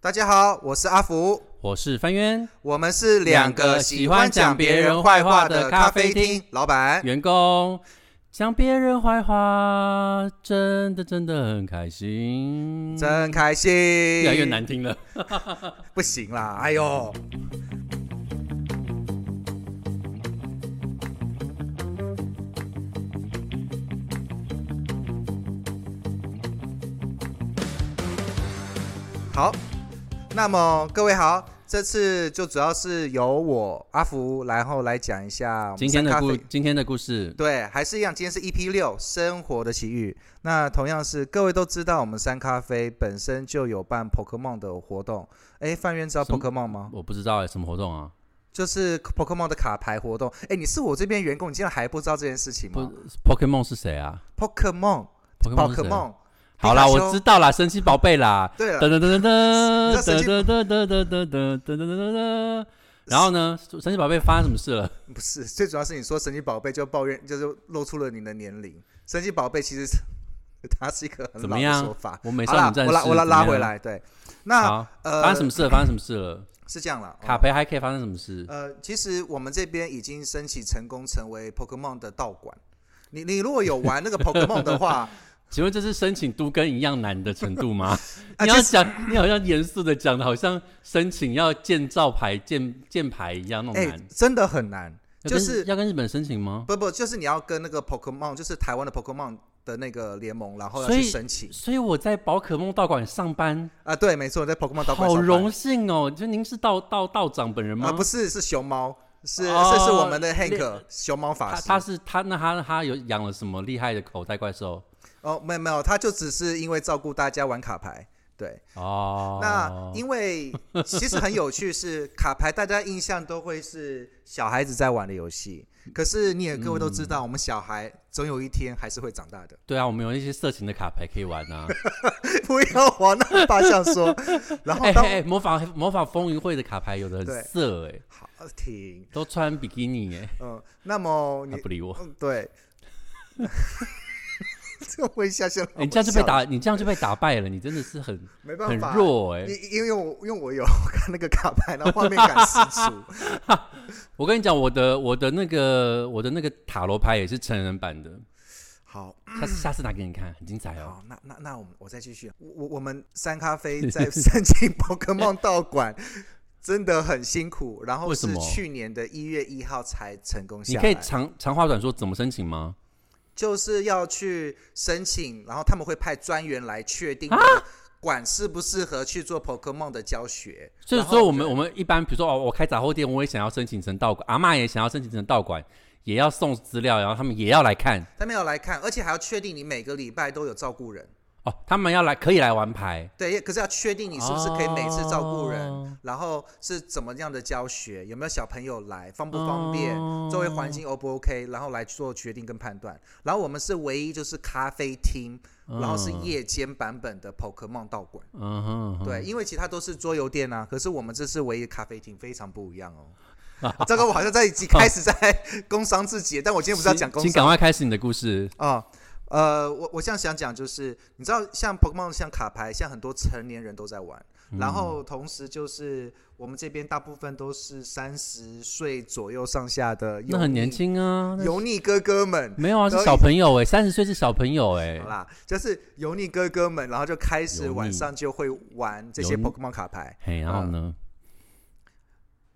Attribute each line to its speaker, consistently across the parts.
Speaker 1: 大家好，我是阿福，
Speaker 2: 我是翻渊
Speaker 1: 我们是
Speaker 2: 两个喜欢讲别人坏话的咖啡厅
Speaker 1: 老板。
Speaker 2: 员工，讲别人坏话，真的真的很开心，
Speaker 1: 真开心，
Speaker 2: 越来越难，听了。
Speaker 1: 不行啦！哎呦，好，那么各位好，这次就主要是由我阿福，然后来讲一下我们
Speaker 2: 今天
Speaker 1: 三
Speaker 2: 的
Speaker 1: 咖
Speaker 2: 故
Speaker 1: 啡
Speaker 2: 今天的故事，
Speaker 1: 对，还是一样，今天是 EP 六《生活的奇遇》。那同样是各位都知道，我们三咖啡本身就有办 Pokemon 的活动。哎，范渊知道
Speaker 2: 什么
Speaker 1: Pokemon 吗？
Speaker 2: 我不知道哎、什么活动啊？
Speaker 1: 就是 Pokemon 的卡牌活动。哎，你是我这边员工，你竟然还不知道这件事情
Speaker 2: 不
Speaker 1: 吗
Speaker 2: ，Pokemon 是谁啊
Speaker 1: ？Pokemon，
Speaker 2: ？Pokemon 是谁啊
Speaker 1: Pokemon，
Speaker 2: 好啦，
Speaker 1: 皮卡丘
Speaker 2: 我知道啦，神奇宝贝啦。
Speaker 1: 对啊
Speaker 2: 噔
Speaker 1: 了，
Speaker 2: 噔噔噔噔
Speaker 1: 这神奇
Speaker 2: 噔噔噔噔噔噔噔噔噔噔。然后呢，神奇宝贝发生什么事了？
Speaker 1: 不是，最主要是你说神奇宝贝就抱怨，就是露出了你的年龄。神奇宝贝其实是它是一个很
Speaker 2: 怎
Speaker 1: 老
Speaker 2: 么
Speaker 1: 的
Speaker 2: 样
Speaker 1: 说法。
Speaker 2: 我美
Speaker 1: 好
Speaker 2: 少
Speaker 1: 啦
Speaker 2: 女，战士
Speaker 1: 我拉我拉
Speaker 2: 怎么
Speaker 1: 拉
Speaker 2: 样
Speaker 1: 回。来，对，那
Speaker 2: 好，发
Speaker 1: 呃
Speaker 2: 生什么事了？发生什么事了？
Speaker 1: 是这样了，
Speaker 2: 卡
Speaker 1: 哦
Speaker 2: 牌还可以发生什么事？
Speaker 1: 呃，其实我们这边已经申请成功成为 Pokemon 的道馆。你你如果有玩那个 Pokemon 的 话，
Speaker 2: 请问这是申请都跟一样难的程度吗？
Speaker 1: 啊
Speaker 2: 你
Speaker 1: 其
Speaker 2: 要
Speaker 1: 实
Speaker 2: 讲，你好像严肃的讲的，好像申请要建造牌、建建牌一样那种
Speaker 1: 哎、
Speaker 2: 难。
Speaker 1: 真的很难，
Speaker 2: 要
Speaker 1: 就
Speaker 2: 跟
Speaker 1: 是
Speaker 2: 要跟日本申请吗？
Speaker 1: 不不，就是你要跟那个 Pokemon，就是台湾的 Pokemon 的那个联盟，然后要
Speaker 2: 所
Speaker 1: 去
Speaker 2: 以
Speaker 1: 申请
Speaker 2: 所以我在宝可梦道馆上班，
Speaker 1: 啊、对，没错，在 Pokemon 道馆
Speaker 2: 好
Speaker 1: 上班
Speaker 2: 荣幸哦！就您是道道道长本人
Speaker 1: 啊、
Speaker 2: 吗？
Speaker 1: 不是是熊猫，是、
Speaker 2: 哦
Speaker 1: 这是我们的
Speaker 2: 那
Speaker 1: Hank 熊猫法
Speaker 2: 他
Speaker 1: 师。
Speaker 2: 他是他那他他有养了什么厉害的口袋怪兽
Speaker 1: 哦，没有没有，他就只是因为照顾大家玩卡牌，对。
Speaker 2: 哦？
Speaker 1: 那因为其实很有趣，是卡牌，大家印象都会是小孩子在玩的游戏。可是你也各位都知
Speaker 2: 嗯
Speaker 1: 道，我们小孩总有一天还是会长大的。
Speaker 2: 对啊，我们有一些色情的卡牌可以玩啊。
Speaker 1: 不要往那方向说。然后
Speaker 2: 哎
Speaker 1: 当
Speaker 2: 哎、哎魔法魔法风云会的卡牌有的很
Speaker 1: 哦对
Speaker 2: 色哎、
Speaker 1: 好停，
Speaker 2: 都穿比基尼哎、
Speaker 1: 嗯，那么
Speaker 2: 他
Speaker 1: 你
Speaker 2: 啊不理我。
Speaker 1: 嗯对， 这我一下下，
Speaker 2: 欸你这样就被，打，你这样就被打败了，你真的是很
Speaker 1: 没
Speaker 2: 很
Speaker 1: 办法，
Speaker 2: 弱哎、
Speaker 1: 因。因因为我因为我有看那个卡牌，然后画面感十 足。
Speaker 2: 我跟你讲，我的我的那个我的那个塔罗牌也是成人版的，
Speaker 1: 好，
Speaker 2: 下次下次拿给你看，很精彩哦。
Speaker 1: 好，那那那我们我再继续。我我我们三咖啡 在申请 Pokemon 道馆真的很辛苦，然后
Speaker 2: 为什
Speaker 1: 是
Speaker 2: 么
Speaker 1: 去年的一月一号才成功
Speaker 2: 你
Speaker 1: 下
Speaker 2: 可以
Speaker 1: 来，
Speaker 2: 长长话短说，怎么申请吗？
Speaker 1: 就是要去申请，然后他们会派专员来确
Speaker 2: 啊
Speaker 1: 定你的馆适不适合去做 Pokemon 的教学。
Speaker 2: 所以
Speaker 1: 然后
Speaker 2: 说，我们我们一般比如说哦，我开杂货店，我也想要申请成道馆，阿嬷也想要申请成道馆，也要送资料，然后他们也要来看
Speaker 1: 他们要来看，而且还要确定你每个礼拜都有照顾人。
Speaker 2: 哦，他们要来可以来玩牌，
Speaker 1: 对，可是要确定你是不是可以每次照顾人，
Speaker 2: 哦
Speaker 1: 然后是怎么样的教学，有没有小朋友来，方不方便，周围环
Speaker 2: 哦
Speaker 1: 境 O 不 OK，然后来做决定跟判断。然后我们是唯一就是咖啡厅，然后是夜间版本的 Pokemon 道馆。
Speaker 2: 嗯哼，嗯哼
Speaker 1: 对，因为其他都是桌游店啊，可是我们这是唯一咖啡厅，非常不一样 哦。这个我好像在已经开始在工商自己了，但我今天不是要讲工
Speaker 2: 请
Speaker 1: 商
Speaker 2: 赶快开始你的故事。
Speaker 1: 啊、呃，我我现在想讲就是，你知道像 Pokemon 像卡牌，像很多成年人都在玩，
Speaker 2: 嗯
Speaker 1: 然后同时就是我们这边大部分都是三十岁左右上下的，
Speaker 2: 那很年，轻啊，那
Speaker 1: 油腻哥哥们。
Speaker 2: 没有啊，是
Speaker 1: 然后
Speaker 2: 小朋友哎、三十岁是小朋友哎、
Speaker 1: 好啦，就是油腻哥哥们，然后就开始
Speaker 2: 油腻
Speaker 1: 晚上就会玩这些
Speaker 2: 油腻
Speaker 1: Pokemon 卡牌。
Speaker 2: 嘿，然后呢？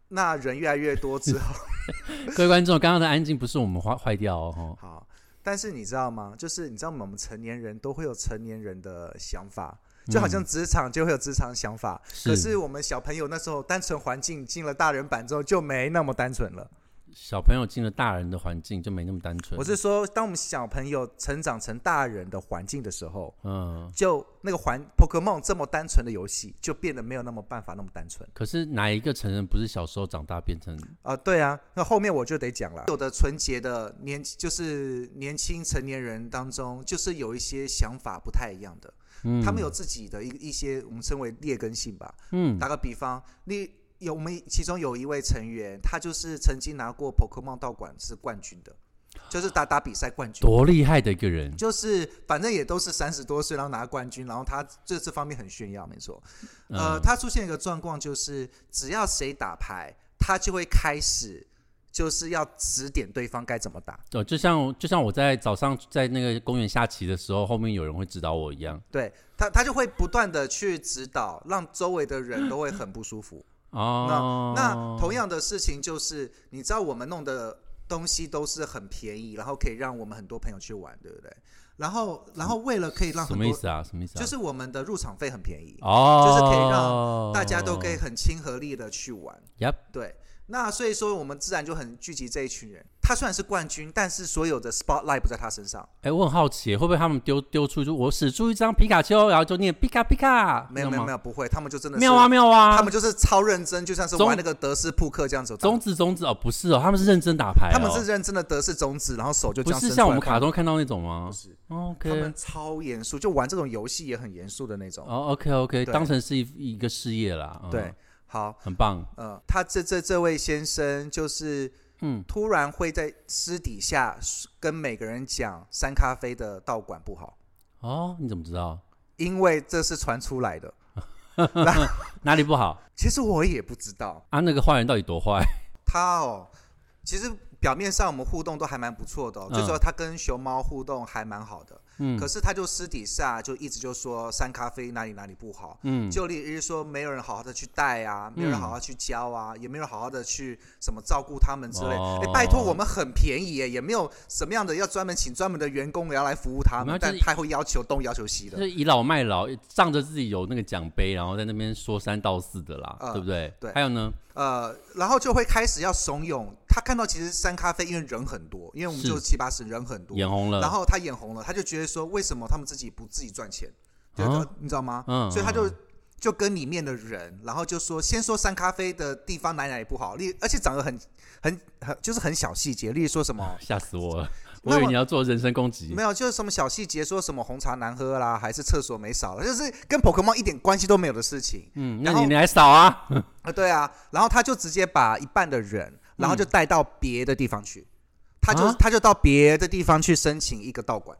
Speaker 1: 那人越来越多之后，
Speaker 2: 各位观众，刚刚的安静不是我们坏坏掉哦，吼
Speaker 1: 好，但是你知道吗？就是你知道我们成年人都会有成年人的想法，就好
Speaker 2: 嗯
Speaker 1: 像职场就会有职场想法，可是我们小朋友那时候单纯环境进了大人版之后就没那么单纯了。
Speaker 2: 小朋友进了大人的环境就没那么单纯。
Speaker 1: 我是说，当我们小朋友成长成大人的环境的时候，
Speaker 2: 嗯，
Speaker 1: 就那个环 Pokemon 这么单纯的游戏，就变得没有那么办法那么单纯
Speaker 2: 可是哪一个成人不是小时候长大变成？
Speaker 1: 啊、对啊，那后面我就得讲了。有的纯洁的年，就是年轻成年人当中，就是有一些想法不太一样的，
Speaker 2: 嗯，
Speaker 1: 他们有自己的一一些我们称为劣根性吧。
Speaker 2: 嗯
Speaker 1: 打个比方，你有我们其中有一位成员，他就是曾经拿过 Pokemon 道馆是冠军的。就是打打比赛冠军，
Speaker 2: 多厉害的一个人，
Speaker 1: 就是反正也都是三十多岁，然后拿冠军，然后他这这方面很炫耀，没错。呃，
Speaker 2: 嗯
Speaker 1: 他出现一个状况，就是只要谁打牌，他就会开始就是要指点对方该怎么打。
Speaker 2: 呃，就像就像我在早上在那个公园下棋的时候，后面有人会指导我一样。
Speaker 1: 对他，他就会不断的去指导，让周围的人都会很不舒服。
Speaker 2: 哦，
Speaker 1: 那同样的事情就是，你知道我们弄的东西都是很便宜，然后可以让我们很多朋友去玩，对不对？然后，然后为了可以让
Speaker 2: 什
Speaker 1: 很
Speaker 2: 么意
Speaker 1: 多，
Speaker 2: 思啊？什么意思啊？
Speaker 1: 就是我们的入场费很便宜，
Speaker 2: 哦，
Speaker 1: 就是可以让大家都可以很亲和力的去玩。
Speaker 2: Yep
Speaker 1: 对，那所以说我们自然就很聚集这一群人。他虽然是冠军，但是所有的 spotlight 不在他身上，
Speaker 2: 哎，我很好奇，会不会他们丢丢出就我使出一张皮卡丘，然后就念皮卡皮卡，
Speaker 1: 没有没有没有
Speaker 2: 有，
Speaker 1: 不会，他们就真的是
Speaker 2: 妙啊妙啊，
Speaker 1: 他们就是超认真，就像是
Speaker 2: 中
Speaker 1: 玩那个德式扑克这样子打。
Speaker 2: 中指中指哦，不是哦，他们是认真打牌、哦，
Speaker 1: 他们是认真的德式中指，然后手就这
Speaker 2: 不
Speaker 1: 样
Speaker 2: 是
Speaker 1: 伸
Speaker 2: 像
Speaker 1: 出来
Speaker 2: 我们卡
Speaker 1: 放。
Speaker 2: 中看到那种吗
Speaker 1: 不是，
Speaker 2: ？OK，
Speaker 1: 他们超严肃，就玩这种游戏也很严肃的那种。
Speaker 2: 哦 OK OK，
Speaker 1: 对
Speaker 2: 当成是一一个事业啦，嗯
Speaker 1: 对，，好，
Speaker 2: 很棒，
Speaker 1: 呃，他这这这位先生就是
Speaker 2: 嗯，
Speaker 1: 突然会在私底下跟每个人讲三咖啡的道馆不好，
Speaker 2: 哦，你怎么知道
Speaker 1: 因为这是传出来的。
Speaker 2: 哪里不好
Speaker 1: 其实我也不知道
Speaker 2: 啊？那个坏人到底多坏？
Speaker 1: 他哦，其实表面上我们互动都还蛮不错的、哦，
Speaker 2: 嗯
Speaker 1: 就说他跟熊猫互动还蛮好的，
Speaker 2: 嗯
Speaker 1: 可是他就私底下就一直就说三咖啡哪里哪里不好，
Speaker 2: 嗯，
Speaker 1: 就例如说没有人好好的去带啊，没有人好好去教啊，也没有人好好的去什么照顾他们之类。
Speaker 2: 哦
Speaker 1: 哎、拜托，我们很便宜耶，也没有什么样的要专门请专门的员工也要来服务他们
Speaker 2: 没有，就
Speaker 1: 但
Speaker 2: 是
Speaker 1: 他会要求东要求西的。
Speaker 2: 就是倚老卖老，仗着自己有那个奖杯，然后在那边说三道四的啦，
Speaker 1: 嗯
Speaker 2: 对不对？
Speaker 1: 对
Speaker 2: 还有呢，
Speaker 1: 呃，然后就会开始要怂恿他看到其实三咖啡因为人很多，因为我们
Speaker 2: 是
Speaker 1: 就七八十人很多，
Speaker 2: 眼红了，
Speaker 1: 然后他眼红了，他就觉得说为什么他们自己不自己赚钱，就、
Speaker 2: 啊
Speaker 1: 你知道吗？
Speaker 2: 嗯
Speaker 1: 所以他
Speaker 2: 嗯
Speaker 1: 就就跟里面的人，然后就说先说三咖啡的地方哪里哪里不好，例而且讲的很很很就是很小细节，例如说什么。
Speaker 2: 吓死我 了，
Speaker 1: 那
Speaker 2: 我以为
Speaker 1: 我
Speaker 2: 你要做人身攻击
Speaker 1: 没。有，就是什么小细节，说什么红茶难喝啦，还是厕所没扫了，就是跟 Pokemon 一点关系都没有的事情
Speaker 2: 嗯，那
Speaker 1: 然
Speaker 2: 你
Speaker 1: 后
Speaker 2: 你来扫啊！
Speaker 1: 啊。对啊，然后他就直接把一半的人，然后就带到别的地方去，他就、
Speaker 2: 嗯啊
Speaker 1: 他就到别的地方去申请一个道馆，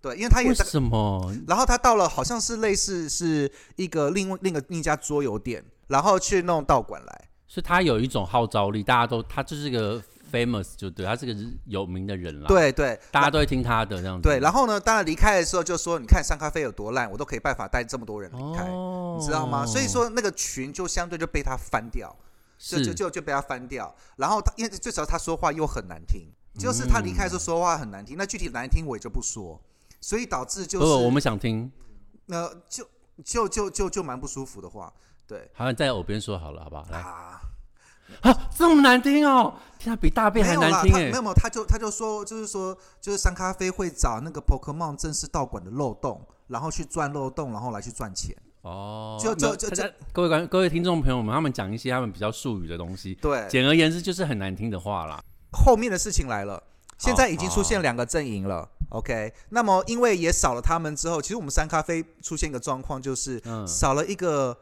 Speaker 1: 对，因为他也
Speaker 2: 为
Speaker 1: 在
Speaker 2: 什么？
Speaker 1: 然后他到了好像是类似是一个另外另一个另一家桌游店，然后去弄道馆来。
Speaker 2: 是他有一种号召力，大家都他就是个 famous，就对他是个有名的人啦，，
Speaker 1: 对对
Speaker 2: 啊大家都会嗯听他的这样子。
Speaker 1: 对，然后呢，当然离开的时候就说：“你看三咖啡有多烂，我都可以办法带这么多人离开，
Speaker 2: 哦，
Speaker 1: 你知道吗？”所以说那个群就相对就被他翻掉，就是就就就被他翻掉。然后他因为最少他说话又很难听，就是他离开的
Speaker 2: 嗯
Speaker 1: 时候说话很难听，那具体难听我也就不说，所以导致就
Speaker 2: 不
Speaker 1: 是
Speaker 2: 我们想听，
Speaker 1: 呃就就就就就蛮不舒服的话，对
Speaker 2: 好，你在耳边说好了，好不好？来，
Speaker 1: 啊。
Speaker 2: 啊，这么难听哦，天啊，比大便
Speaker 1: 没
Speaker 2: 还
Speaker 1: 有啦，
Speaker 2: 难听
Speaker 1: 他
Speaker 2: 哎
Speaker 1: 没有，没有，他就他就说，就是说，就是三咖啡会找那个 Pokemon 正式道馆的漏洞，然后去钻漏洞，然后来去赚钱。
Speaker 2: 哦，
Speaker 1: 就就
Speaker 2: 没有
Speaker 1: 就
Speaker 2: 大家各位观各位听众朋友们，他们讲一些他们比较术语的东西，
Speaker 1: 对，
Speaker 2: 简而言之就是很难听的话啦。
Speaker 1: 后面的事情来了，现在已经
Speaker 2: 啊
Speaker 1: 出现两个阵营了。OK，那么因为也少了他们之后，其实我们三咖啡出现一个状况，就是
Speaker 2: 嗯
Speaker 1: 少了一个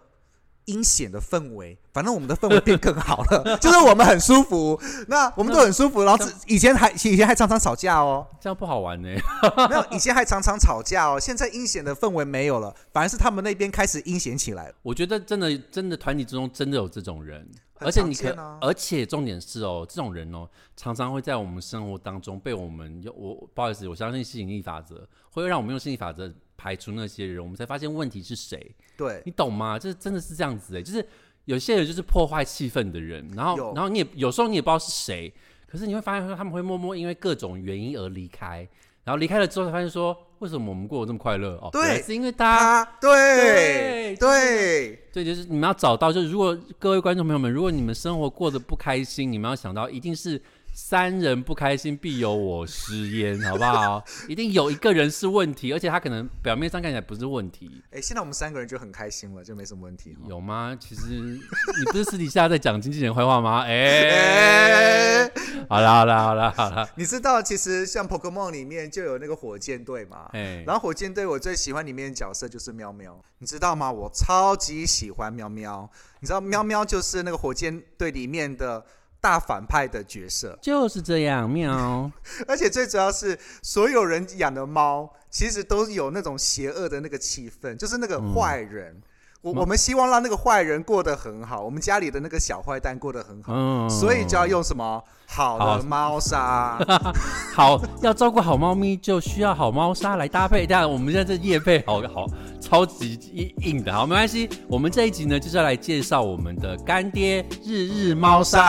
Speaker 1: 阴险的氛围。反正我们的氛围变更好了， 就是我们很舒服，那我们都很舒服。然后
Speaker 2: 那
Speaker 1: 以前还以前还常常吵架哦，
Speaker 2: 这样不好玩呢、欸
Speaker 1: 没有，以前还常常吵架哦，现在阴险的氛围没有了，反而是他们那边开始阴险起来了。
Speaker 2: 我觉得真的真的团体之中真的有这种人，
Speaker 1: 很
Speaker 2: 而且你
Speaker 1: 常
Speaker 2: 可
Speaker 1: 见啊，
Speaker 2: 而且重点是哦，这种人哦，常常会在我们生活当中被我们用我不好意思，我相信吸引力法则会让我们用吸引力法则排除那些人，我们才发现问题是谁，
Speaker 1: 对，
Speaker 2: 你懂吗？这真的是这样子哎，就是有些人就是破坏气氛的人，然后
Speaker 1: 有
Speaker 2: 然后你也有时候你也不知道是谁，可是你会发现说他们会默默因为各种原因而离开，然后离开了之后才发现说为什么我们过得这么快乐哦，
Speaker 1: 对
Speaker 2: 原来是因为大家
Speaker 1: 他啊对
Speaker 2: 啊对
Speaker 1: 对
Speaker 2: 对，就是你们要找到，就是如果各位观众朋友们，如果你们生活过得不开心，你们要想到一定是三人不开心必有我师焉，好不好？ 一定有一个人是问题，而且他可能表面上看起来不是问题，
Speaker 1: 哎，现在我们三个人就很开心了，就没什么问题哈。
Speaker 2: 有吗？其实你不是私底下在讲经纪人坏话吗？哎、
Speaker 1: 哎，
Speaker 2: 好啦好啦好啦好啦，
Speaker 1: 你知道其实像 Pokemon 里面就有那个火箭队嘛，
Speaker 2: 哎、
Speaker 1: 然后火箭队我最喜欢里面的角色就是喵喵，你知道吗？我超级喜欢喵喵，你知道喵喵就是那个火箭队里面的大反派的角色。
Speaker 2: 就是这样，喵。
Speaker 1: 而且最主要是，所有人养的猫其实都有那种邪恶的那个气氛，就是那个坏人。
Speaker 2: 嗯
Speaker 1: 我我们希望让那个坏人过得很好，我们家里的那个小坏蛋过得很好，
Speaker 2: 嗯，
Speaker 1: 所以就要用什么好
Speaker 2: 好
Speaker 1: 的猫砂。
Speaker 2: 好要照顾好猫咪，就需要好猫砂来搭配。但我们现在这夜配好好超级硬的，好没关系。我们这一集呢，就是要来介绍我们的干爹日日猫砂。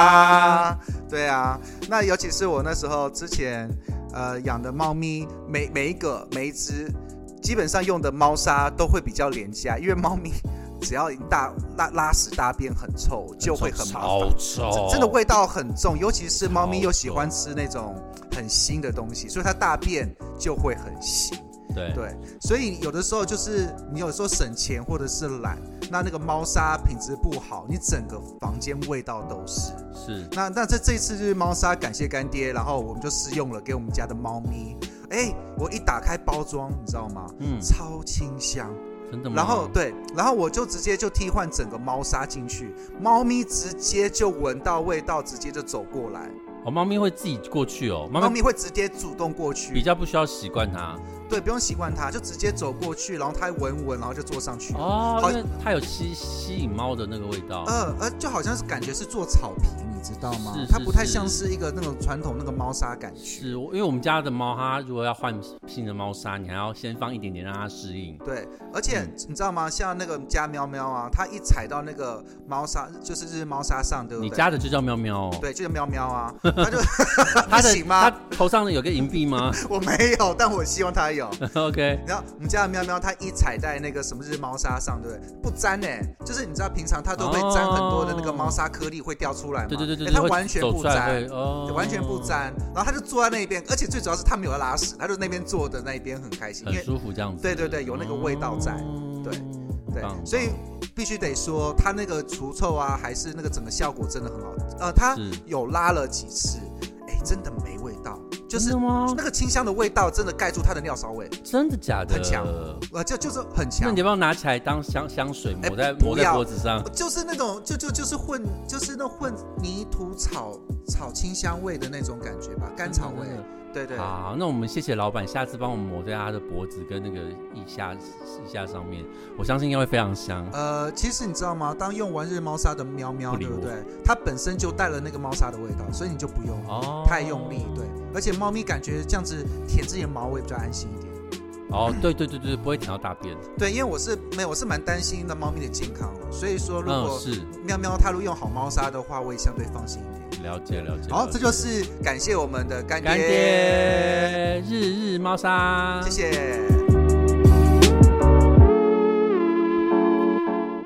Speaker 1: 沙，对啊，那尤其是我那时候之前呃养的猫咪，每每一个每一只，基本上用的猫砂都会比较廉价，因为猫咪只要一大拉拉屎大便很臭，就会很麻
Speaker 2: 超
Speaker 1: 烦。
Speaker 2: 臭
Speaker 1: 真，真的味道很重，尤其是猫咪
Speaker 2: 超
Speaker 1: 又喜欢吃那种很腥的东西，所以它大便就会很腥。
Speaker 2: 对
Speaker 1: 对，所以有的时候就是你有时候省钱或者是懒，那那个猫砂品质不好，你整个房间味道都是。
Speaker 2: 是
Speaker 1: 那那这这一次就是猫砂，感谢干爹，然后我们就试用了，给我们家的猫咪。哎，我一打开包装，你知道吗？
Speaker 2: 嗯
Speaker 1: 超清香。
Speaker 2: 真的吗？
Speaker 1: 然后对，然后我就直接就替换整个猫砂进去，猫咪直接就闻到味道，直接就走过来。
Speaker 2: 哦，猫咪会自己过去哦，猫
Speaker 1: 猫
Speaker 2: 咪
Speaker 1: 咪会直接主动过
Speaker 2: 比
Speaker 1: 去，
Speaker 2: 较不需要习惯它
Speaker 1: 对，不用习惯它，就直接走过去，然后它闻闻，然后就坐上去。
Speaker 2: 哦，
Speaker 1: 好
Speaker 2: 因为它有吸吸引猫的那个味道。
Speaker 1: 呃呃，就好像是感觉是做草皮，你知道吗？
Speaker 2: 是
Speaker 1: 它
Speaker 2: 是
Speaker 1: 不太
Speaker 2: 是
Speaker 1: 像是一个那种传统那个猫砂感觉。
Speaker 2: 是我因为我们家的猫，它如果要换新的猫砂，你还要先放一点点让它适应。
Speaker 1: 对，而且
Speaker 2: 嗯
Speaker 1: 你知道吗？像那个家喵喵啊，它一踩到那个猫砂，就是日猫砂上，对不
Speaker 2: 你
Speaker 1: 对？
Speaker 2: 家的就叫喵喵哦，
Speaker 1: 对，就是喵喵啊， 它就
Speaker 2: 它
Speaker 1: 不
Speaker 2: 的
Speaker 1: 行
Speaker 2: 它
Speaker 1: 吗？
Speaker 2: 头上有个银币吗
Speaker 1: 我没有，但我希望它有。
Speaker 2: 嗯？OK，
Speaker 1: 然后我们家的喵喵，它一踩在那个什么日猫砂上，对不对？不粘呢、就是你知道平常它都会粘很多的那个猫砂颗粒会掉出来嘛，
Speaker 2: 对对对对，
Speaker 1: 诶
Speaker 2: 对
Speaker 1: 它
Speaker 2: 会
Speaker 1: 完全
Speaker 2: 走
Speaker 1: 不
Speaker 2: 出来会
Speaker 1: 粘。
Speaker 2: 哦
Speaker 1: 对，完全不，粘，然后它就坐在那边，而且最主要是它没有拉屎，它就那边坐的那一边很开心，
Speaker 2: 很
Speaker 1: 因为
Speaker 2: 舒服这样子。
Speaker 1: 对对对有那个味道在
Speaker 2: 哦
Speaker 1: 对
Speaker 2: 很
Speaker 1: 对
Speaker 2: 棒，
Speaker 1: 所以必须得说，它那个除臭啊，还是那个整个效果真的很好。呃，它
Speaker 2: 是
Speaker 1: 有拉了几次，哎，真的没味道，就是
Speaker 2: 真的吗？
Speaker 1: 那个清香的味道真的盖住它的尿骚味，
Speaker 2: 真的假的？
Speaker 1: 很强呃，就就是很
Speaker 2: 那
Speaker 1: 强
Speaker 2: 你要，不要拿起来当香香水抹
Speaker 1: 哎
Speaker 2: 在
Speaker 1: 不
Speaker 2: 抹在
Speaker 1: 要
Speaker 2: 脖子上？
Speaker 1: 就是那种就就就是混，就是那混泥土草草清香味的那种感觉吧，甘草味
Speaker 2: 真的。
Speaker 1: 对对，
Speaker 2: 好，那我们谢谢老板，下次帮我们抹在他的脖子跟那个腋下腋下上面，我相信应该会非常香。
Speaker 1: 呃，其实你知道吗？当用完日猫砂的喵喵，
Speaker 2: 不理
Speaker 1: 对不
Speaker 2: 我
Speaker 1: 对？它本身就带了那个猫砂的味道，所以你就不用
Speaker 2: 哦，
Speaker 1: 呃太用力，对。而且猫咪感觉这样子舔自己的毛，我也比较安心一点。
Speaker 2: 哦，对对对对，不会舔到大便。
Speaker 1: 对，因为我是没有，我是蛮担心那猫咪的健康了，所以说如
Speaker 2: 嗯，
Speaker 1: 果
Speaker 2: 是
Speaker 1: 喵喵它如果用好猫砂的话，我也相对放心一点。
Speaker 2: 了解了解。
Speaker 1: 好，
Speaker 2: 了
Speaker 1: 这
Speaker 2: 解
Speaker 1: 就是感谢我们的干
Speaker 2: 干爹日日猫砂，
Speaker 1: 谢谢。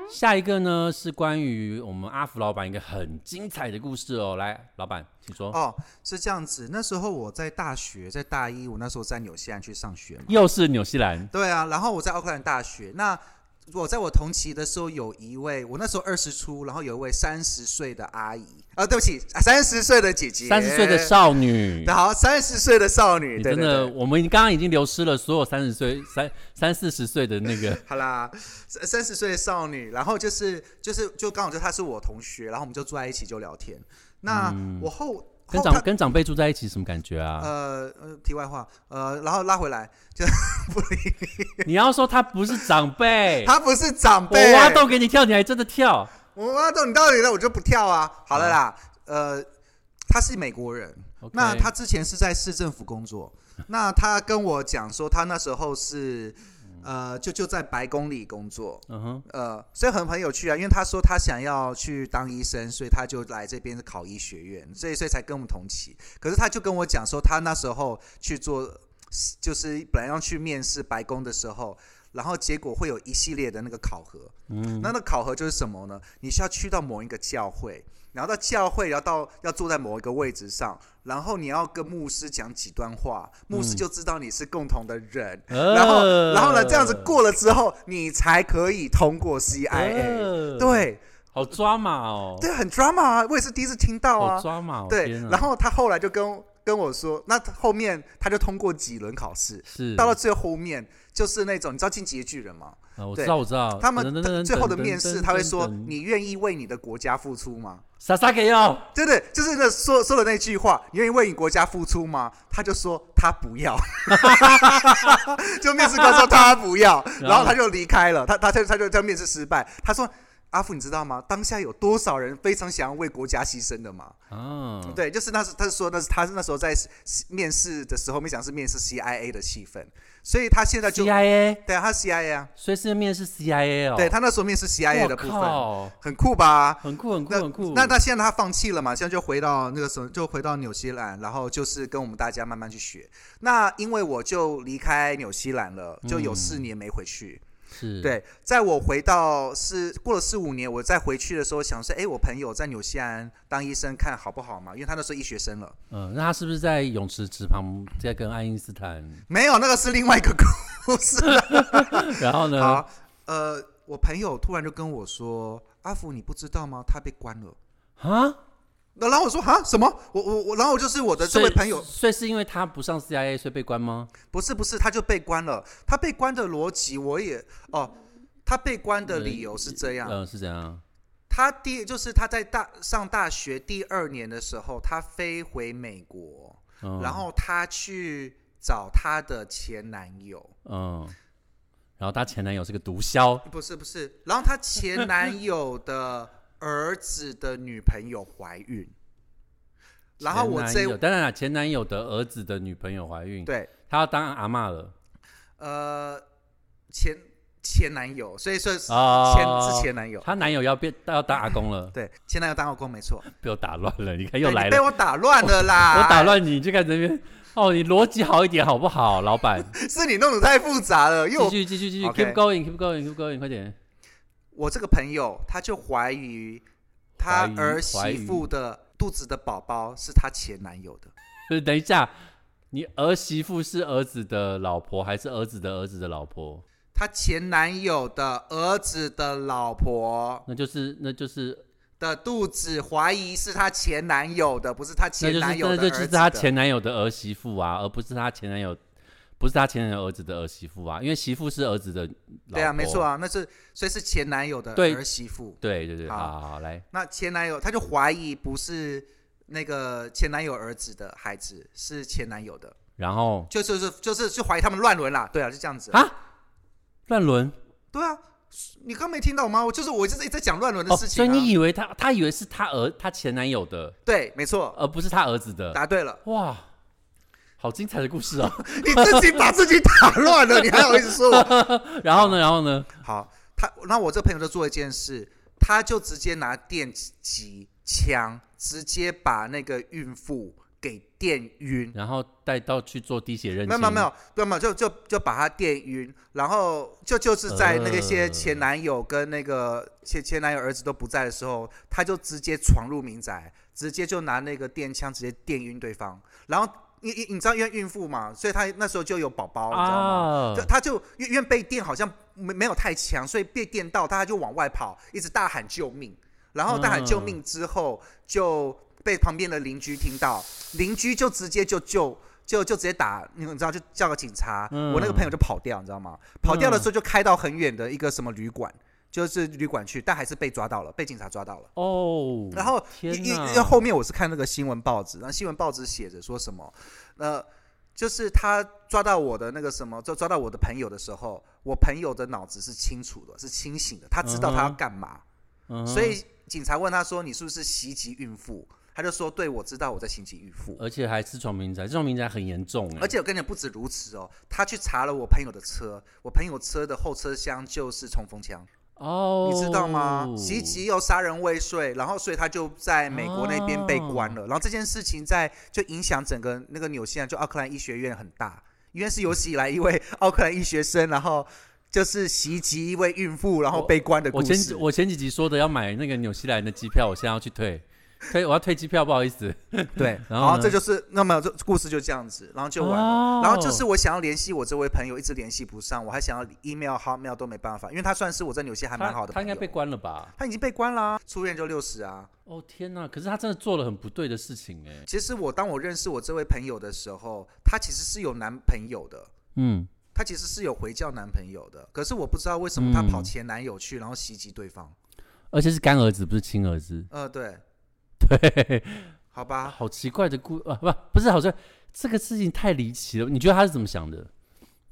Speaker 2: 下一个呢是关于我们阿福老板一个很精彩的故事哦。来，老板，请说。
Speaker 1: 哦，是这样子，那时候我在大学，在大一，我那时候在纽西兰去上学嘛。
Speaker 2: 又是纽西兰，
Speaker 1: 对啊，然后我在奥克兰大学。那我在我同期的时候，有一位我那时候二十出，然后有一位三十岁的阿姨，啊、对不起，三十岁的姐姐，
Speaker 2: 三十岁的少女。
Speaker 1: 好，三十岁的少女，
Speaker 2: 你
Speaker 1: 对
Speaker 2: 真
Speaker 1: 对
Speaker 2: 的，
Speaker 1: 对。
Speaker 2: 我们刚刚已经流失了所有三十岁、三三四十岁的那个
Speaker 1: 好啦，三三十岁的少女，然后就是就是就刚好就她是我同学，然后我们就坐在一起就聊天。那我后、
Speaker 2: 嗯跟
Speaker 1: 后
Speaker 2: 长
Speaker 1: 她
Speaker 2: 跟长辈啊住在一起什么感觉啊？
Speaker 1: 呃呃，题外话，呃，然后拉回来，呃
Speaker 2: 你要说他不是长辈，
Speaker 1: 她不是长
Speaker 2: 哎我
Speaker 1: 辈，
Speaker 2: 挖洞给你跳，你还真的跳。
Speaker 1: 我挖洞，你到底了，我就不跳啊。好了啦，
Speaker 2: 嗯
Speaker 1: 呃，他是美国人
Speaker 2: OK
Speaker 1: 那他之前是在市政府工作。那他跟我讲说，他那时候是呃，就就在白宫里工作。
Speaker 2: 嗯哼，
Speaker 1: 呃，所以很很有趣啊，因为他说他想要去当医生，所以他就来这边考医学院，所以所以才跟我们同期。可是他就跟我讲说，他那时候去做，就是本来要去面试白宫的时候，然后结果会有一系列的那个考核。嗯，那那考核就是什么呢？你需要去到某一个教会，然后到教会，然后到要坐在某一个位置上，然后你要跟牧师讲几段话，牧师就知道你是共同的人，然后，
Speaker 2: 呃
Speaker 1: 然后呢，这样子过了之后，你才可以通过 CIA。
Speaker 2: 呃，
Speaker 1: 对，
Speaker 2: 好抓马哦，
Speaker 1: 对，很 drama 啊，我也是第一次听到
Speaker 2: 好
Speaker 1: 啊。
Speaker 2: 抓马哦，
Speaker 1: 对
Speaker 2: 天，啊
Speaker 1: 然后他后来就跟跟我说，那后面他就通过几轮考试，
Speaker 2: 是
Speaker 1: 到了最后面就是那种你知道《进击的巨人》吗？
Speaker 2: 啊，我
Speaker 1: 对
Speaker 2: 知道，我知道。
Speaker 1: 他们他最后的面试他会说：“你愿意为你的国家付出吗
Speaker 2: 傻傻给哦要，？”
Speaker 1: 对对，就是那说说的那句话：“你愿意为你国家付出吗？”他就说他不要， 就面试官说他不 要，
Speaker 2: 然后
Speaker 1: 然后他就离开了，他他他他就他面试失败，他说。阿福，你知道吗？当下有多少人非常想要为国家牺牲的吗？
Speaker 2: 啊，
Speaker 1: 对，就是那是他说那是他是那时候在面试的时候，没想到是面试 CIA 的戏份，所以他现在就
Speaker 2: CIA，
Speaker 1: 对啊，他 CIA 啊，
Speaker 2: 所以是面试 CIA 哦。
Speaker 1: 对，他那时候面试 CIA 的部分，
Speaker 2: 靠，
Speaker 1: 很酷吧？
Speaker 2: 很酷，很酷，
Speaker 1: 那
Speaker 2: 很酷。
Speaker 1: 那他现在他放弃了嘛？现在就回到那个时候，就回到纽西兰，然后就是跟我们大家慢慢去学。那因为我就离开纽西兰了，就有四年没回去。
Speaker 2: 嗯是，
Speaker 1: 对，在我回到是过了四五年，我再回去的时候，想说，哎，我朋友在纽西兰当医生，看好不好嘛？因为他那时候医学生了。
Speaker 2: 嗯，那他是不是在泳池池旁在跟爱因斯坦？
Speaker 1: 没有，那个是另外一个故事。
Speaker 2: 然后呢？
Speaker 1: 好，呃，我朋友突然就跟我说：“阿福，你不知道吗？他被关了。
Speaker 2: 啊，”
Speaker 1: 那然后我说：“哈，什么？我我我。”然后就是我的这位
Speaker 2: 所以
Speaker 1: 朋友，
Speaker 2: 所以是因为他不上 CIA，所以被关吗？
Speaker 1: 不是不是，他就被关了。他被关的逻辑我也哦，他被关的理由是这样：
Speaker 2: 嗯，是怎样？
Speaker 1: 他第就是他在大上大学第二年的时候，他飞回美国，
Speaker 2: 嗯
Speaker 1: 然后他去找他的前男友。
Speaker 2: 嗯，然后她前男友是个毒枭，
Speaker 1: 不是不是，然后她前男友的儿子的女朋友怀 孕，然后我
Speaker 2: 前男
Speaker 1: 这
Speaker 2: 友当然了，前男友的儿子的女朋友怀孕，
Speaker 1: 对
Speaker 2: 她要当阿嬷了
Speaker 1: 呃前前男友，所以说是
Speaker 2: 啊，
Speaker 1: 前、是前男友，
Speaker 2: 她男友要变要当阿公了，
Speaker 1: 对前男友当老公没错，
Speaker 2: 被我打乱了，你看
Speaker 1: 对
Speaker 2: 又
Speaker 1: 你
Speaker 2: 来
Speaker 1: 被
Speaker 2: 了，
Speaker 1: 我打乱了啦，
Speaker 2: 我打乱你，就看这边哦，你逻辑好一点好不好，老板？
Speaker 1: 是你弄得太复杂了，因为
Speaker 2: 继
Speaker 1: 我
Speaker 2: 续继续继续
Speaker 1: OK
Speaker 2: ，keep going，keep going，keep going，快点，
Speaker 1: 我这个朋友他就怀疑他
Speaker 2: 怀疑
Speaker 1: 儿
Speaker 2: 怀
Speaker 1: 媳
Speaker 2: 疑
Speaker 1: 妇的肚子的宝宝是她前男友的，
Speaker 2: 等一下。你儿媳妇是儿子的老婆，还是儿子的儿子的老婆？
Speaker 1: 她前男友的儿子的老婆。
Speaker 2: 那就是那就是
Speaker 1: 的肚子怀疑是她前男友的，不是她
Speaker 2: 那
Speaker 1: 前
Speaker 2: 就是
Speaker 1: 男友的
Speaker 2: 那
Speaker 1: 儿
Speaker 2: 就
Speaker 1: 子
Speaker 2: 是
Speaker 1: 的。
Speaker 2: 她前男友的儿媳妇啊，而不是她前男友，不是她前男友儿子的儿媳妇啊，因为媳妇是儿子的老
Speaker 1: 对啊，
Speaker 2: 婆
Speaker 1: 没错，啊，那是所以是前男友的
Speaker 2: 对
Speaker 1: 儿媳妇。
Speaker 2: 对对对，
Speaker 1: 好
Speaker 2: 好好好来，
Speaker 1: 那前男友他就怀疑不是那个前男友儿子的孩子，是前男友的，
Speaker 2: 然后
Speaker 1: 就就是就是就怀疑他们乱伦啦。对啊，就这样子。
Speaker 2: 啊，乱伦
Speaker 1: 对啊，你刚没听到吗？我就是我就是一直在讲乱伦的
Speaker 2: 哦，
Speaker 1: 事
Speaker 2: 所
Speaker 1: 情、
Speaker 2: 以
Speaker 1: 啊
Speaker 2: 你以为她她以为是她儿她前男友的，
Speaker 1: 对，没错，
Speaker 2: 而不是她儿子的，
Speaker 1: 答对啊了。
Speaker 2: 哇，好精彩的故事哦。
Speaker 1: 你自己把自己打乱了，你还好意思说我
Speaker 2: 然后呢，然后呢，
Speaker 1: 好，他那我这朋友就做一件事，他就直接拿电击枪，直接把那个孕妇给电晕。
Speaker 2: 然后带到去做滴血认
Speaker 1: 没有
Speaker 2: 亲，
Speaker 1: 没有没有，对没有就就就把她电晕，然后就就是在那个些
Speaker 2: 呃
Speaker 1: 前男友跟那个前前男友儿子都不在的时候，他就直接闯入民宅，直接就拿那个电枪直接电晕对方，然后。你你你知道因为孕妇嘛，所以她那时候就有宝宝，你知道吗？
Speaker 2: 啊
Speaker 1: 就，他就因为因为被电好像没没有太强，所以被电到，他就往外跑，一直大喊救命。然后大喊救命之后，就被旁边的邻居听到，邻居就直接就救。就就直接打，你知道，就叫个警察。
Speaker 2: 嗯
Speaker 1: 我那个朋友就跑掉，你知道吗？跑掉的时候就开到很远的一个什么旅馆，就是旅馆去，但还是被抓到了，被警察抓到了。
Speaker 2: 哦，
Speaker 1: 然后因
Speaker 2: 天
Speaker 1: 因
Speaker 2: 哪
Speaker 1: 因为后面我是看那个新闻报纸，然后新闻报纸写着说什么，呃，就是他抓到我的那个什么，就抓到我的朋友的时候，我朋友的脑子是清楚的，是清醒的，他知道他要
Speaker 2: 嗯哼
Speaker 1: 干嘛，
Speaker 2: 嗯哼
Speaker 1: 所以警察问他说：“你是不是袭击孕妇？”他就说：“对，我知道我在袭击孕妇。
Speaker 2: 而且还私闯民宅，这种民宅很严重哎、
Speaker 1: 而且我跟你讲，不止如此哦，他去查了我朋友的车，我朋友车的后车厢就是冲锋枪。
Speaker 2: 哦，
Speaker 1: 你知道吗？袭击又杀人未遂，然后所以他就在美国那边被关
Speaker 2: 哦
Speaker 1: 了。然后这件事情在就影响整个那个纽西兰，就奥克兰医学院很大，因为是有史以来一位奥克兰医学生，然后就是袭击一位孕妇，然后被关的故
Speaker 2: 我
Speaker 1: 事。
Speaker 2: 前我前几集说的要买那个纽西兰的机票，我现在要去退。推我要退机票，不好意思。
Speaker 1: 对，
Speaker 2: 然
Speaker 1: 然
Speaker 2: 后呢
Speaker 1: 后这就是那么这故事就这样子，然后就完了。
Speaker 2: 哦
Speaker 1: 然后就是我想要联系我这位朋友，一直联系不上，我还想要 email、hotmail 都没办法，因为他算是我在纽西兰还蛮好的
Speaker 2: 他
Speaker 1: 朋
Speaker 2: 应
Speaker 1: 友。
Speaker 2: 该被关了吧？
Speaker 1: 他已经被关啦、出院就六十啊。
Speaker 2: 哦天哪！可是他真的做了很不对的事情哎。
Speaker 1: 其实我当我认识我这位朋友的时候，她其实是有男朋友的，
Speaker 2: 嗯，
Speaker 1: 她其实是有回教男朋友的。可是我不知道为什么她
Speaker 2: 嗯
Speaker 1: 跑前男友去，然后袭击对方。
Speaker 2: 而且是干儿子，不是亲儿子。
Speaker 1: 呃，对，
Speaker 2: 对，
Speaker 1: 好吧，
Speaker 2: 好奇怪的故啊，不不是好像这个事情太离奇了。你觉得他是怎么想的？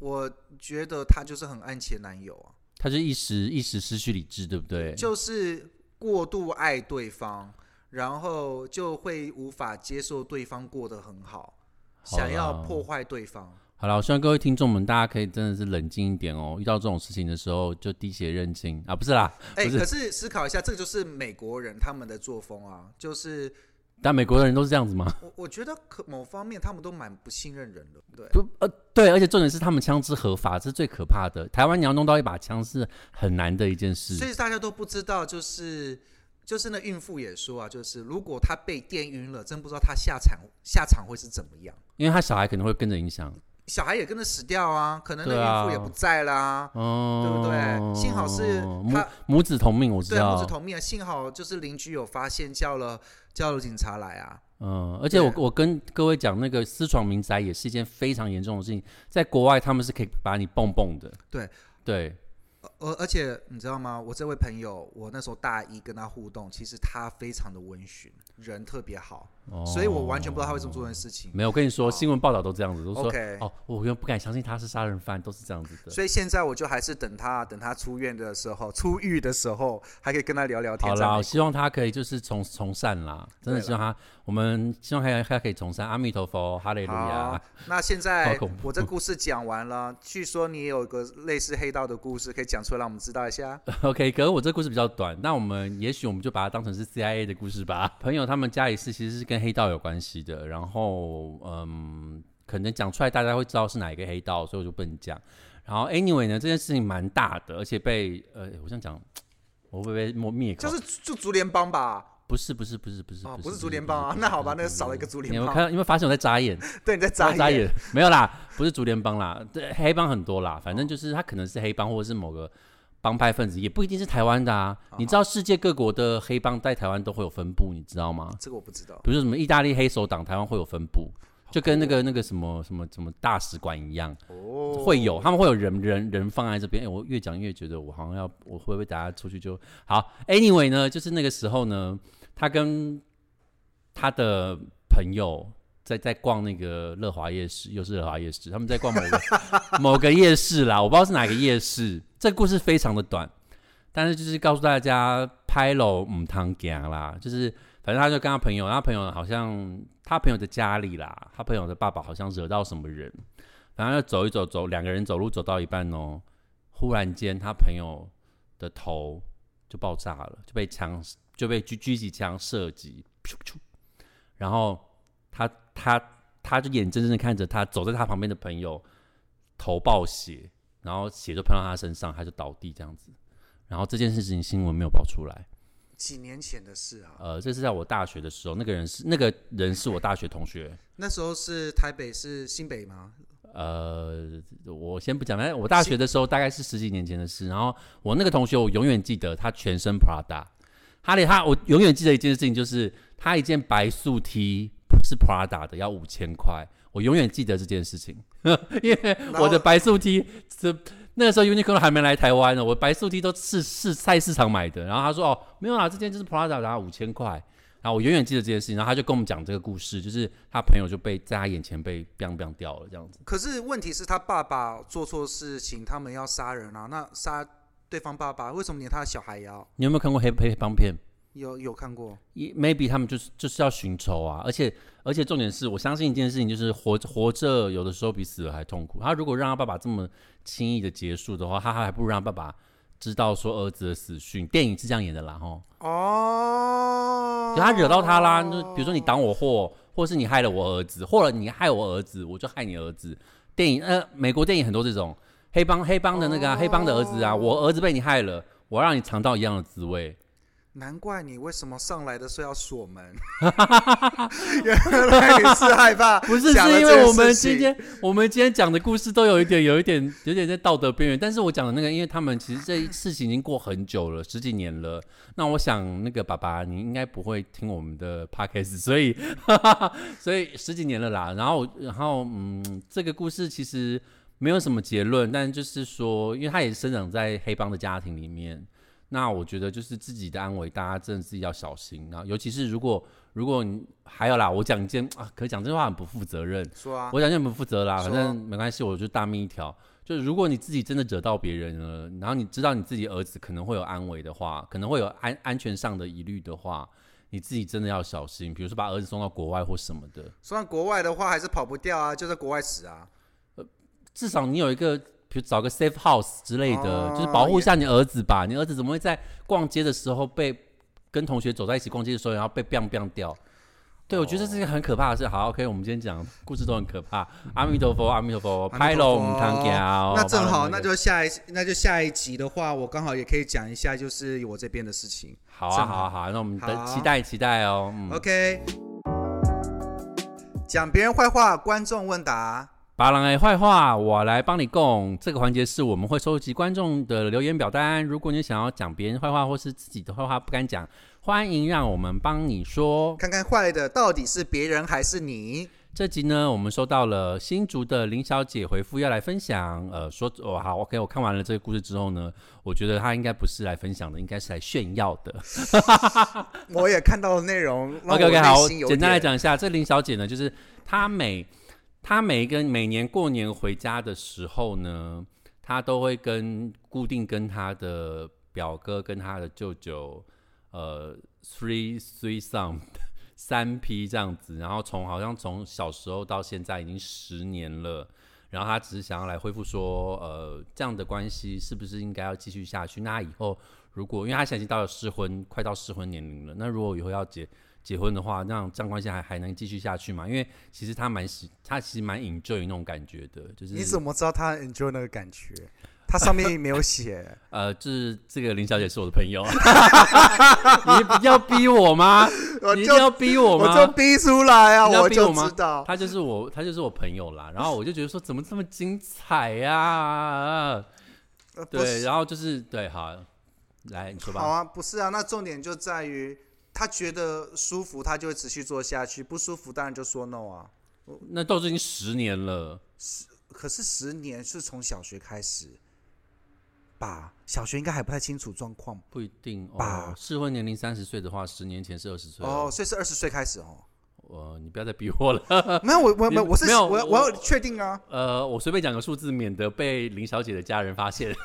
Speaker 1: 我觉得她就是很爱前男友啊，
Speaker 2: 他就一时一时失去理智，对不对？
Speaker 1: 就是过度爱对方，然后就会无法接受对方过得很好，
Speaker 2: 好
Speaker 1: 想要
Speaker 2: 啦
Speaker 1: 破坏对方。
Speaker 2: 好了，我希望各位听众们，大家可以真的是冷静一点哦。遇到这种事情的时候，就滴血认亲啊，不是啦。
Speaker 1: 哎、
Speaker 2: 不是
Speaker 1: 可是思考一下，这个就是美国人他们的作风啊，就是
Speaker 2: 但美国的人都是这样子吗？
Speaker 1: 我我觉得可某方面他们都蛮不信任人的，对。
Speaker 2: 不，呃，对，而且重点是他们枪支合法，这是最可怕的。台湾你要弄到一把枪是很难的一件
Speaker 1: 所
Speaker 2: 事。
Speaker 1: 以大家都不知道，就是就是那孕妇也说啊，就是如果她被电晕了，真不知道她下场下场会是怎么样。
Speaker 2: 因为他小孩可能会跟着影响，
Speaker 1: 小孩也跟着死掉啊，可能那
Speaker 2: 对啊
Speaker 1: 孕妇也不在啦。
Speaker 2: 哦，
Speaker 1: 对不对幸好是
Speaker 2: 母
Speaker 1: 他
Speaker 2: 母子同命，我知
Speaker 1: 对啊，
Speaker 2: 道，
Speaker 1: 母子同命啊，幸好就是邻居有发现，叫了叫了警察来啊。
Speaker 2: 嗯，而且我
Speaker 1: 对
Speaker 2: 我跟各位讲，那个私闯民宅也是一件非常严重的事情，在国外他们是可以把你蹦蹦的。
Speaker 1: 对
Speaker 2: 对，
Speaker 1: 而而且你知道吗？我这位朋友，我那时候大一跟他互动，其实他非常的温驯，人特别好，
Speaker 2: 哦
Speaker 1: 所以我完全不知道他为什么做这件事情。
Speaker 2: 没有。我跟你
Speaker 1: 好
Speaker 2: 说，新闻报道都这样子，都说
Speaker 1: OK
Speaker 2: 哦，我原本不敢相信他是杀人犯，都是这样子的。
Speaker 1: 所以现在我就还是等他，等他出院的时候， 出狱的时候，还可以跟他聊聊天。
Speaker 2: 好
Speaker 1: 这样
Speaker 2: 啦，我希望他可以就是从从善啦，真的
Speaker 1: 对啦
Speaker 2: 希望他，我们希望他他可以从善。阿弥陀佛，哈利路
Speaker 1: 好
Speaker 2: 亚。，
Speaker 1: 那现
Speaker 2: 啊 好
Speaker 1: 在
Speaker 2: 恐怖
Speaker 1: 我这故事讲完了，据说你也有个类似黑道的故事，可以讲出来让我们知道一 下。
Speaker 2: OK，可是我这故事比较短，那我们也许我们就把它当成是 CIA 的故事吧。 朋友他们家里是其实是跟黑道有关系的，然后嗯，可能讲出来大家会知道是哪一个黑道，所以我就不能讲。然后 anyway 呢，这件事情蛮大的，而且被呃，我想讲，我会不会被灭灭口？
Speaker 1: 就是就竹联帮吧？
Speaker 2: 不是不是不是不是
Speaker 1: 哦，不是竹联帮啊，那好吧，那少了一个竹
Speaker 2: 你有
Speaker 1: 联
Speaker 2: 没有
Speaker 1: 帮。
Speaker 2: 看到？有没有发现我在眨眼？
Speaker 1: 对，你在
Speaker 2: 眨
Speaker 1: 眨
Speaker 2: 眨。眼，没有啦，不是竹联帮啦，对，黑帮很多啦，反正就是他可能是黑帮或者是某个帮派分子，也不一定是台湾的啊。你知道世界各国的黑帮在台湾都会有分布，你知道吗？
Speaker 1: 这个我不知道。
Speaker 2: 比如说什么意大利黑手党，台湾会有分布，就跟那个那个什么什么什么大使馆一样，
Speaker 1: 哦，
Speaker 2: 会有他们会有人人人放在这边。哎，我越讲越觉得我好像要我会不会大家出去就好？Anyway 呢，就是那个时候呢，他跟他的朋友在在逛那个乐华夜市，又是乐华夜市，他们在逛某个某个夜市啦，我不知道是哪个夜市。这个故事非常的短，但是就是告诉大家拍楼母汤行啦，就是反正他就跟他朋友，然后他朋友好像他朋友的家里啦，他朋友的爸爸好像惹到什么人，然后就走一走走，两个人走路走到一半哦，忽然间他朋友的头就爆炸了，就被枪就被狙狙击枪射击，噗噗然后他他他就眼睁睁的看着他走在他旁边的朋友头爆血，然后血就喷到他身上，他就倒地这样子。然后这件事情新闻没有爆出来，
Speaker 1: 几年前的事啊，
Speaker 2: 呃，这是在我大学的时候，那个人是那个人是我大学同学，
Speaker 1: 那时候是台北是新北吗？
Speaker 2: 呃，我先不讲，反正我大学的时候大概是十几年前的事。然后我那个同学，我永远记得他全身 Prada，哈利他，我永远记得一件事情，就是他一件白素 T 不是 Prada 的，要五千块，我永远记得这件事情， 因为我的白素 T 这。那个时候 Uniqlo 还没来台湾呢，我白素 T 都是是菜市场买的。然后他说：“哦，没有啦，这件就是 Prada，然后五千块。”然后我永远记得这件事情。然后他就跟我们讲这个故事，就是他朋友就被在他眼前被 biang biang 掉了这样子。
Speaker 1: 可是问题是他爸爸做错事情，他们要杀人啊，那杀对方爸爸，为什么连他的小孩也要？
Speaker 2: 你有没有看过黑黑帮片
Speaker 1: 有有看过？
Speaker 2: 也？Maybe 他们就是就是要寻仇啊，而且而且重点是我相信一件事情，就是活活着有的时候比死了还痛苦。他如果让他爸爸这么轻易的结束的话，他还不如让爸爸知道说儿子的死讯。电影是这样演的啦，吼，
Speaker 1: 哦
Speaker 2: 就，他惹到他啦，就比如说你挡我祸，或是你害了我儿子，或者你害我儿子，我就害你儿子。电影呃，美国电影很多这种黑帮黑帮的那个、啊黑帮的儿子啊，我儿子被你害了，我让你尝到一样的滋味。
Speaker 1: 难怪你为什么上来的时候要锁门， 原来你是害怕
Speaker 2: 不是，
Speaker 1: 讲了
Speaker 2: 是因
Speaker 1: 这
Speaker 2: 为
Speaker 1: 件
Speaker 2: 我们
Speaker 1: 事情
Speaker 2: 今天我们今天讲的故事都有一点、有一点、有一点在道德边缘。但是我讲的那个，因为他们其实这事情已经过很久了，十几年了。那我想，那个爸爸，你应该不会听我们的 podcast，所 以，所以十几年了啦。然后，然后，嗯，这个故事其实没有什么结论，但就是说，因为他也生长在黑帮的家庭里面。那我觉得就是自己的安危，大家真的自己要小心啊！尤其是如果如果你还有啦，我讲一件啊，可讲这句话很不负责任，
Speaker 1: 说啊，
Speaker 2: 我讲就很不负责啦，反
Speaker 1: 说
Speaker 2: 正没关系，我就大命一条。就是如果你自己真的惹到别人了，然后你知道你自己儿子可能会有安危的话，可能会有安安全上的疑虑的话，你自己真的要小心。比如说把儿子送到国外或什么的，
Speaker 1: 虽然国外的话还是跑不掉啊，就在国外死啊。
Speaker 2: 至少你有一个，比如找个 safe house 之类的，
Speaker 1: 哦
Speaker 2: 就是保护一下你儿子吧。你儿子怎么会在逛街的时候被跟同学走在一起逛街的时候，然后被 biang biang 掉？
Speaker 1: 哦
Speaker 2: 对，我觉得这是一个很可怕的事。好，OK，我们今天讲故事都很可怕。
Speaker 1: 嗯
Speaker 2: 阿弥陀佛，阿弥陀佛，拍喽，我们堂家哦。
Speaker 1: 那正
Speaker 2: 拍
Speaker 1: 好，
Speaker 2: 咯
Speaker 1: 那就下一那就下一集的话，我刚好也可以讲一下，就是我这边的事情。
Speaker 2: 好啊，
Speaker 1: 正
Speaker 2: 好
Speaker 1: 好
Speaker 2: 啊，好啊，那我们等
Speaker 1: 好
Speaker 2: 期待期待哦。嗯，
Speaker 1: OK，讲别人坏话，观众问答。
Speaker 2: 巴郎哎，坏话我来帮你供。这个环节是我们会收集观众的留言表单，如果你想要讲别人坏话或是自己的坏话不敢讲，欢迎让我们帮你说。
Speaker 1: 看看坏的到底是别人还是你？
Speaker 2: 这集呢，我们收到了新竹的林小姐回复要来分享，呃，说哦好，OK，我看完了这个故事之后呢，我觉得她应该不是来分享的，应该是来炫耀的。
Speaker 1: 我也看到了内容让
Speaker 2: OK
Speaker 1: 我
Speaker 2: OK，好，
Speaker 1: 内
Speaker 2: 我
Speaker 1: 心有
Speaker 2: 简单来
Speaker 1: 点
Speaker 2: 讲一下，这林小姐呢，就是她每她每一个每年过年回家的时候呢，她都会跟固定跟她的表哥跟她的舅舅，呃，three three some 三批这样子，然后从好像从小时候到现在已经十年了。然后她只是想要来恢复说，呃，这样的关系是不是应该要继续下去？那她以后如果因为她现在已经到了适婚，快到适婚年龄了，那如果以后要结结婚的话，那样这样关系还还能继续下去吗？因为其实他蛮喜，他其实蛮 enjoy 那种感觉的，就是
Speaker 1: 你怎么知道他 enjoy 那个感觉？他上面没有写，
Speaker 2: 呃，就是这个林小姐是我的朋友， 你要逼我吗？
Speaker 1: 我
Speaker 2: 你一
Speaker 1: 就
Speaker 2: 定要逼我
Speaker 1: 我
Speaker 2: 吗？
Speaker 1: 就逼出来啊，
Speaker 2: 你要
Speaker 1: 我
Speaker 2: 逼我
Speaker 1: 就
Speaker 2: 吗
Speaker 1: 知道。
Speaker 2: 他就是我，他就是我朋友啦。然后我就觉得说，怎么这么精彩呀、
Speaker 1: 呃不
Speaker 2: 对，
Speaker 1: 是
Speaker 2: 然后就是对，好，来你说
Speaker 1: 好
Speaker 2: 吧。
Speaker 1: 啊，不是啊，那重点就在于他觉得舒服，他就会持续做下去；不舒服，当然就说 no 啊。
Speaker 2: 那都已经十年了，
Speaker 1: 可是十年是从小学开始吧？小学应该还不太清楚状况
Speaker 2: 不一定哦
Speaker 1: 吧。
Speaker 2: 适婚年龄三十岁的话，十年前是二十岁
Speaker 1: 哦，。所以是二十岁开始哦。
Speaker 2: 呃，你不要再逼我了。
Speaker 1: 没有，我我我我是
Speaker 2: 呃没有
Speaker 1: 我
Speaker 2: 我
Speaker 1: 我要确定啊。
Speaker 2: 呃，我随便讲个数字，免得被林小姐的家人发现。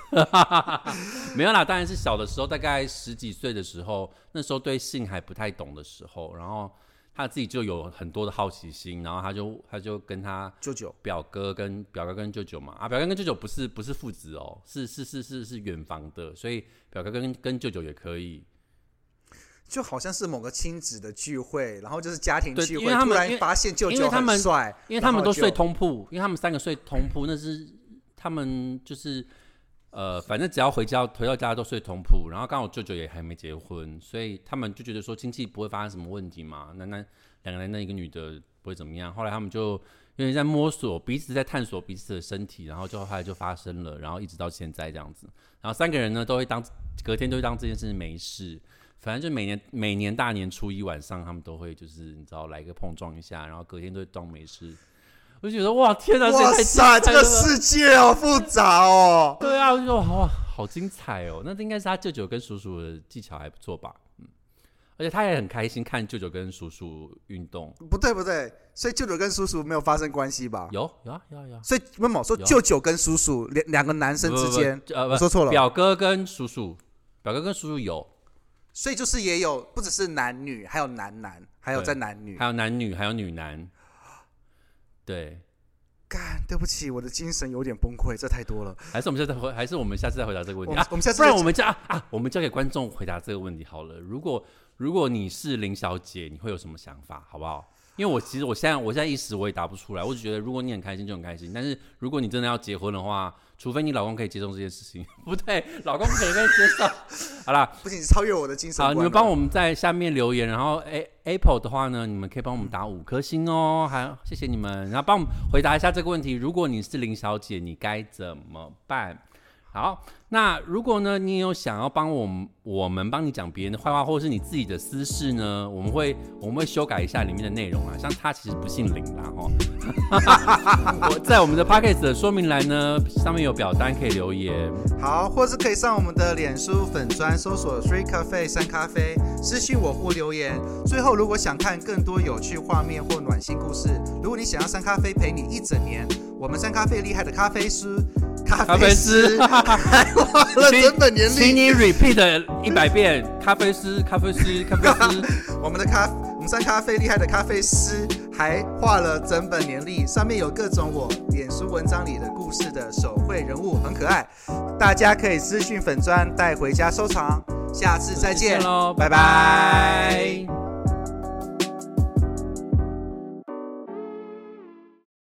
Speaker 2: 没有啦，当然是小的时候，大概十几岁的时候，那时候对性还不太懂的时候，然后她自己就有很多的好奇心，然后她就她就跟她
Speaker 1: 舅舅，
Speaker 2: 表哥跟表哥跟舅舅嘛，啊，表哥跟舅舅不是不是父子哦，是是是是是远房的，所以表哥跟跟舅舅也可以。
Speaker 1: 就好像是某个亲子的聚会，然后就是家庭
Speaker 2: 对
Speaker 1: 聚
Speaker 2: 因
Speaker 1: 会，
Speaker 2: 为他
Speaker 1: 突
Speaker 2: 们因
Speaker 1: 然
Speaker 2: 为
Speaker 1: 发现舅
Speaker 2: 因为
Speaker 1: 舅
Speaker 2: 他们
Speaker 1: 很帅，
Speaker 2: 因为他们
Speaker 1: 然
Speaker 2: 都
Speaker 1: 后
Speaker 2: 睡
Speaker 1: 就
Speaker 2: 通铺，因为他们三个睡通铺，那是他们就是呃，反正只要回家回到家都睡通铺，然后刚好舅舅也还没结婚，所以他们就觉得说经济不会发生什么问题嘛，那那两个男的一个女的不会怎么样。后来他们就有点在摸索彼此，在探索彼此的身体，然后就后来就发生了，然后一直到现在这样子。然后三个人呢都会当隔天都会当这件事没事。反正就每年每年大年初一晚上，他们都会就是你知道来个碰撞一下，然后隔天都会当没事。我就觉得哇天哪，这也
Speaker 1: 哇
Speaker 2: 太
Speaker 1: 塞，
Speaker 2: 精彩
Speaker 1: 这个
Speaker 2: 了吧
Speaker 1: 世界好复杂哦。
Speaker 2: 对啊，我就说哇好精彩哦。那应该是他舅舅跟叔叔的技巧还不错吧？嗯，而且他也很开心看舅舅跟叔叔运动。
Speaker 1: 不对不对，所以舅舅跟叔叔没有发生关系吧？
Speaker 2: 有有啊有啊有啊，
Speaker 1: 所以没有说
Speaker 2: 有
Speaker 1: 舅舅跟叔叔两两个男生之间
Speaker 2: 不，不不呃不
Speaker 1: 我说错了，
Speaker 2: 表哥跟叔叔，表哥跟叔叔有，
Speaker 1: 所以就是也有不只是男女，还有男男，还有
Speaker 2: 对
Speaker 1: 在男女
Speaker 2: 还。有男女，还有女男。对，
Speaker 1: 干，对不起，我的精神有点崩溃，这太多了。
Speaker 2: 还是我们下次再回，还是我们下次再回答这个问
Speaker 1: 我
Speaker 2: 题
Speaker 1: 们
Speaker 2: 啊？
Speaker 1: 我们下次
Speaker 2: 不然
Speaker 1: 再
Speaker 2: 我们交啊啊，我们交给观众回答这个问题好了。如果如果你是林小姐，你会有什么想法，好不好？因为我其实我现在我现在一时我也答不出来，我只觉得如果你很开心就很开心，但是如果你真的要结婚的话，除非你老公可以接受这件事情， 不对，老公可能可以接受。好啦，
Speaker 1: 不仅超越我的精神
Speaker 2: 好，
Speaker 1: 观
Speaker 2: 你
Speaker 1: 了。
Speaker 2: 们帮我们在下面留言，然后 A Apple 的话呢，你们可以帮我们打五颗星哦，还谢谢你们，然后帮我们回答一下这个问题：如果你是林小姐，你该怎么办？好，那如果呢，你有想要帮我们，我们帮你讲别人的坏话，或者是你自己的私事呢，我们会我们会修改一下里面的内容啊。像他其实不姓林啦， 哈。 我在我们的 p o c k e t 的说明栏呢，上面有表单可以留言。
Speaker 1: 好，或是可以上我们的脸书粉砖搜索 Three Cafe 三咖啡，私信我或留言。最后，如果想看更多有趣画面或暖心故事，如果你想要三咖啡陪你一整年，我们三咖啡厉害的咖啡师、咖
Speaker 2: 咖啡
Speaker 1: 师
Speaker 2: 师
Speaker 1: 还忘 了
Speaker 2: 请
Speaker 1: 真本年
Speaker 2: 请
Speaker 1: 龄，
Speaker 2: 你 repeat 一百遍，咖啡师，咖啡师，咖啡师。
Speaker 1: 我们的咖，我们三咖啡厉害的咖啡师还画了整本年历，上面有各种我脸书文章里的故事的手绘人物，很可爱。 大家可以私信粉砖带回家收藏。下次再见
Speaker 2: 喽，
Speaker 1: 拜
Speaker 2: 拜拜